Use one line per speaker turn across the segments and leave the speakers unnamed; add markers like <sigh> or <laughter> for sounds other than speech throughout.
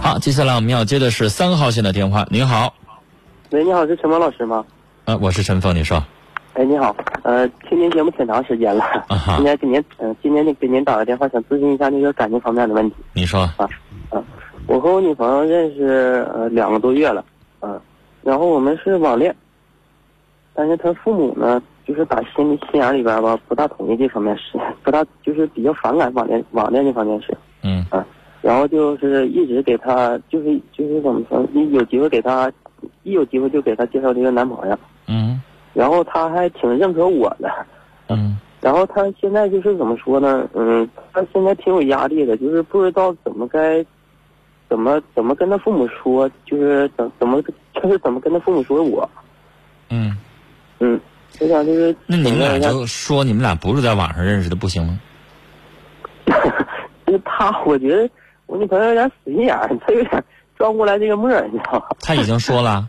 话。接下来我们要接的是三号线的电话。您好，
喂，你好，是陈萌老师吗？
呃，我是陈峰，你说，
哎，你好，呃，听您节目挺长时间了，
啊哈
今天给您，嗯、今天那给您打个电话，想咨询一下那个感情方面的问题。
你说，
我和我女朋友认识呃两个多月了，嗯、然后我们是网恋，但是她父母呢，就是打心里心眼里边吧，不大同意这方面事，不大就是比较反感网恋网恋这方面事，
嗯
然后就是一直给她，就是就是怎么说，一有机会给她，一有机会就给她介绍这个男朋友，
嗯
然后她还挺认可我的，
嗯
然后他现在就是怎么说呢？嗯，他现在挺有压力的，就是不知道怎么该，怎么怎么跟他父母说，就是怎怎么就是怎么跟他父母说我。
嗯，
嗯，我想就是
那你们俩
请教一下
就说你们俩不是在网上认识的，不行吗？
就是嗯他，我觉得我女朋友有点死心眼儿，她有点转不过来这个沫儿，你知道吗？
他已经说了，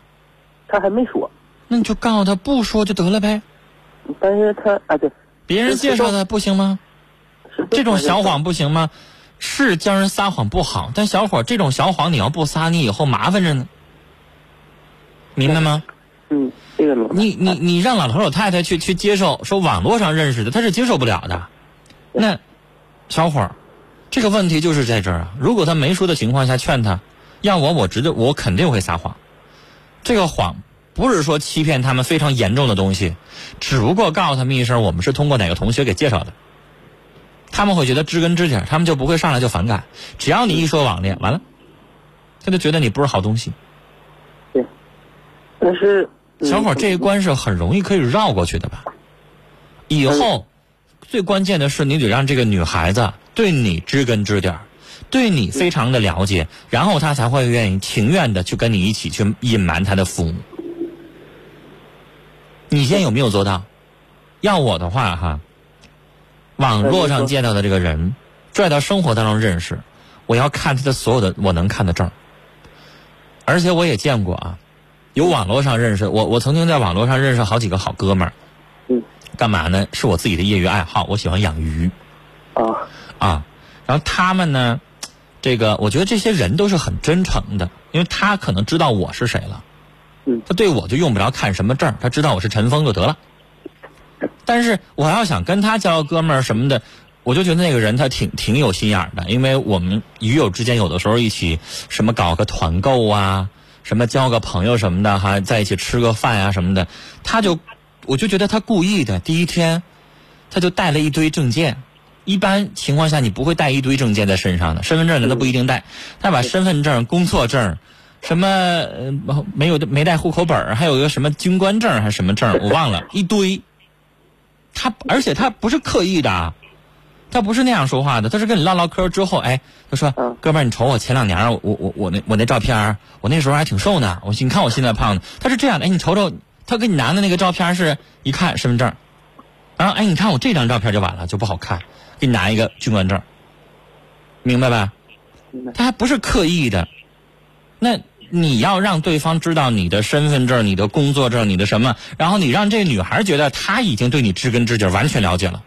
她还没说，
那你就告诉他不说就得了呗，
但是她啊对，
别人介绍的不行吗？
是
这种小，谎不行吗？是教人撒谎不好，但小伙这种小谎你要不撒，你以后麻烦着呢，明白吗？
嗯，这个明
<laughs>
白
你你你让老头老太太去去接受说网络上认识的，他是接受不了的。那小伙儿，这个问题就是在这儿啊。如果他没说的情况下劝他，要我我直接我肯定会撒谎。这个谎不是说欺骗他们非常严重的东西，只不过告诉他们一声我们是通过哪个同学给介绍的。他们会觉得知根知底儿，他们就不会上来就反感。只要你一说网恋，完了，他就觉得你不是好东西。
但是、嗯
小伙儿，这一关是很容易可以绕过去的吧？以后最关键的是，你得让这个女孩子对你知根知底儿，对你非常的了解，然后她才会愿意情愿的去跟你一起去隐瞒她的父母。你现在有没有做到？要我的话哈，网络上见到的这个人，拽到生活当中认识，我要看他的所有的我能看的证儿，而且我也见过啊，有网络上认识我，我曾经在网络上认识好几个好哥们儿。
嗯，
干嘛呢？是我自己的业余爱好，我喜欢养鱼
啊，
啊。然后他们呢，这个我觉得这些人都是很真诚的，因为他可能知道我是谁了。
嗯
他对我就用不着看什么证儿，他知道我是陈峰就得了。但是我要想跟他交哥们儿什么的，我就觉得那个人他挺挺有心眼儿的，因为我们鱼友之间有的时候一起什么搞个团购啊，什么交个朋友什么的，还在一起吃个饭啊什么的，他就我就觉得他故意的。第一天他就带了一堆证件，一般情况下你不会带一堆证件在身上的，身份证呢他不一定带，他把身份证、工作证。什么呃没有没带户口本儿还有一个什么军官证儿还是什么证儿我忘了一 <laughs> 堆，他而且他不是刻意的啊，他不是那样说话的，他是跟你唠唠嗑之后，哎，他说
嗯，
哥们儿，你瞅我前两年儿，我我我那我那照片儿，我那时候还挺瘦呢，我你看我现在胖的，他是这样的，哎，你瞅瞅，他给你拿的那个照片是一看身份证儿，然后哎，你看我这张照片就完了，就不好看，给你拿一个军官证儿，明白吧？
明白
他还不是刻意的，那你要让对方知道你的身份证、你的工作证、你的什么，然后你让这女孩觉得她已经对你知根知底儿，完全了解了，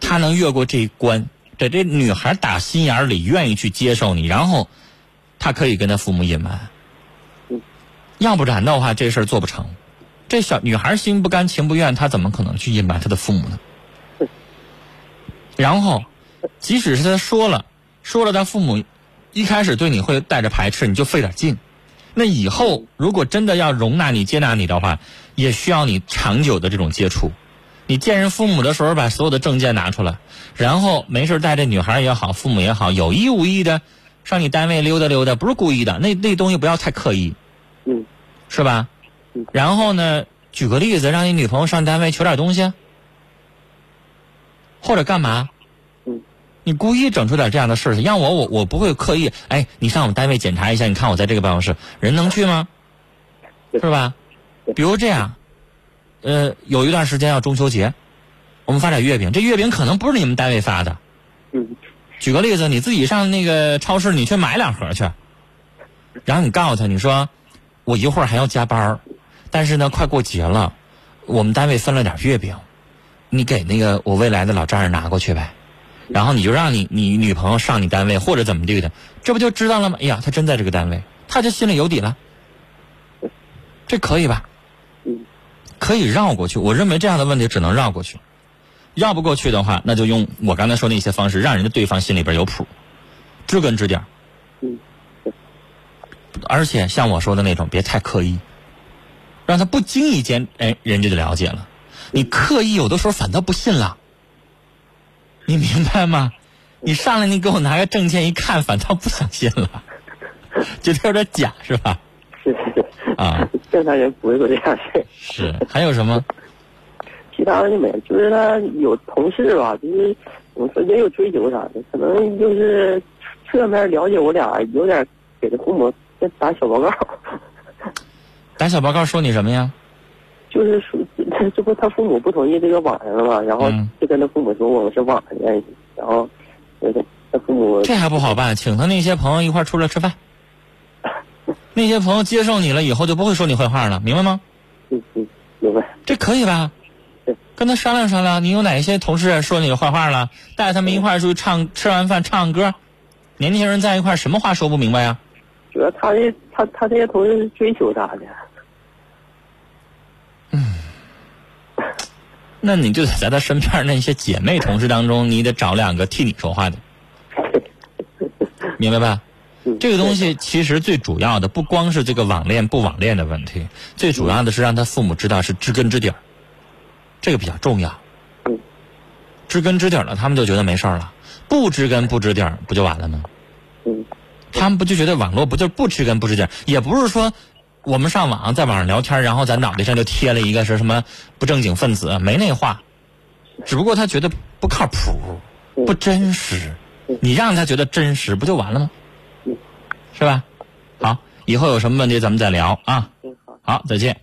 她能越过这一关，这这女孩打心眼儿里愿意去接受你，然后她可以跟她父母隐瞒
嗯，
要不然的话这事儿做不成。这小女孩心不甘情不愿，她怎么可能去隐瞒她的父母呢
是？
然后，即使是她说了，说了，她父母一开始对你会带着排斥，你就费点劲。那以后如果真的要容纳你、接纳你的话，也需要你长久的这种接触。你见人父母的时候，把所有的证件拿出来，然后没事带着女孩也好，父母也好，有意无意的上你单位溜达溜达，不是故意的。那那东西不要太刻意，
嗯
是吧
嗯？
然后呢，举个例子，让你女朋友上单位求点东西，啊或者干嘛？
嗯
你故意整出点这样的事情，让我我我不会刻意。哎，你上我们单位检查一下，你看我在这个办公室，人能去吗？
对
是吧？
对
比如这样，呃，有一段时间要中秋节，我们发点月饼，这月饼可能不是你们单位发的。
嗯
举个例子，你自己上那个超市，你去买两盒去，然后你告诉他，你说我一会儿还要加班儿，但是呢，快过节了，我们单位分了点月饼，你给那个我未来的老丈人拿过去呗。然后你就让你你女朋友上你单位或者怎么地的，这不就知道了吗？哎呀，他真在这个单位，他就心里有底了，这可以吧？
嗯，
可以绕过去。我认为这样的问题只能绕过去，绕不过去的话，那就用我刚才说的一些方式，让人家对方心里边有谱，知根知底儿。
嗯，
而且像我说的那种，别太刻意，让他不经意间，哎，人家就了解了。你刻意有的时候反倒不信了，你明白吗？你上来你给我拿个证件一看，反倒不相信了， <laughs> 觉得有点假是吧？
是是是，
啊，
正常人不会做这样事儿。
是。还有什么？
其他的就没有，就是他有同事吧，就是我说也有追求啥的，可能就是侧面了解我俩，有点给他父母在打小报告，
打小报告说你什么呀？
就是说 <laughs> 这这不他父母不同意这个网上的嘛，然后
嗯
就跟他父母说我们是网上认识，然后那个他父母
这还不好办，请他那些朋友一块儿出来吃饭。那些朋友接受你了以后，就不会说你坏话了，明白吗？
嗯嗯明白，
这可以吧
对？
跟他商量商量，你有哪一些同事说你坏话了？带他们一块儿出去唱，吃完饭唱歌。年轻人在一块儿，什么话说不明白呀、啊
主要他这他他这些同事是追求啥的，
那你就得在他身边那些姐妹同事当中，你得找两个替你说话
<laughs>
的，明白吧？
嗯
这个东西其实最主要的不光是这个网恋不网恋的问题，最主要的是让他父母知道是知根知底儿，这个比较重要
嗯。
知根知底儿了，他们就觉得没事儿了；不知根不知底儿，不就完了吗？
嗯
他们不就觉得网络不就是不知根不知底儿？也不是说我们上网在网上聊天，然后咱脑袋上就贴了一个是什么不正经分子，没那话。只不过他觉得不靠谱，
嗯
不真实
嗯。
你让他觉得真实，不就完了吗
嗯？
是吧？好，以后有什么问题咱们再聊啊。
嗯好。
好，再见。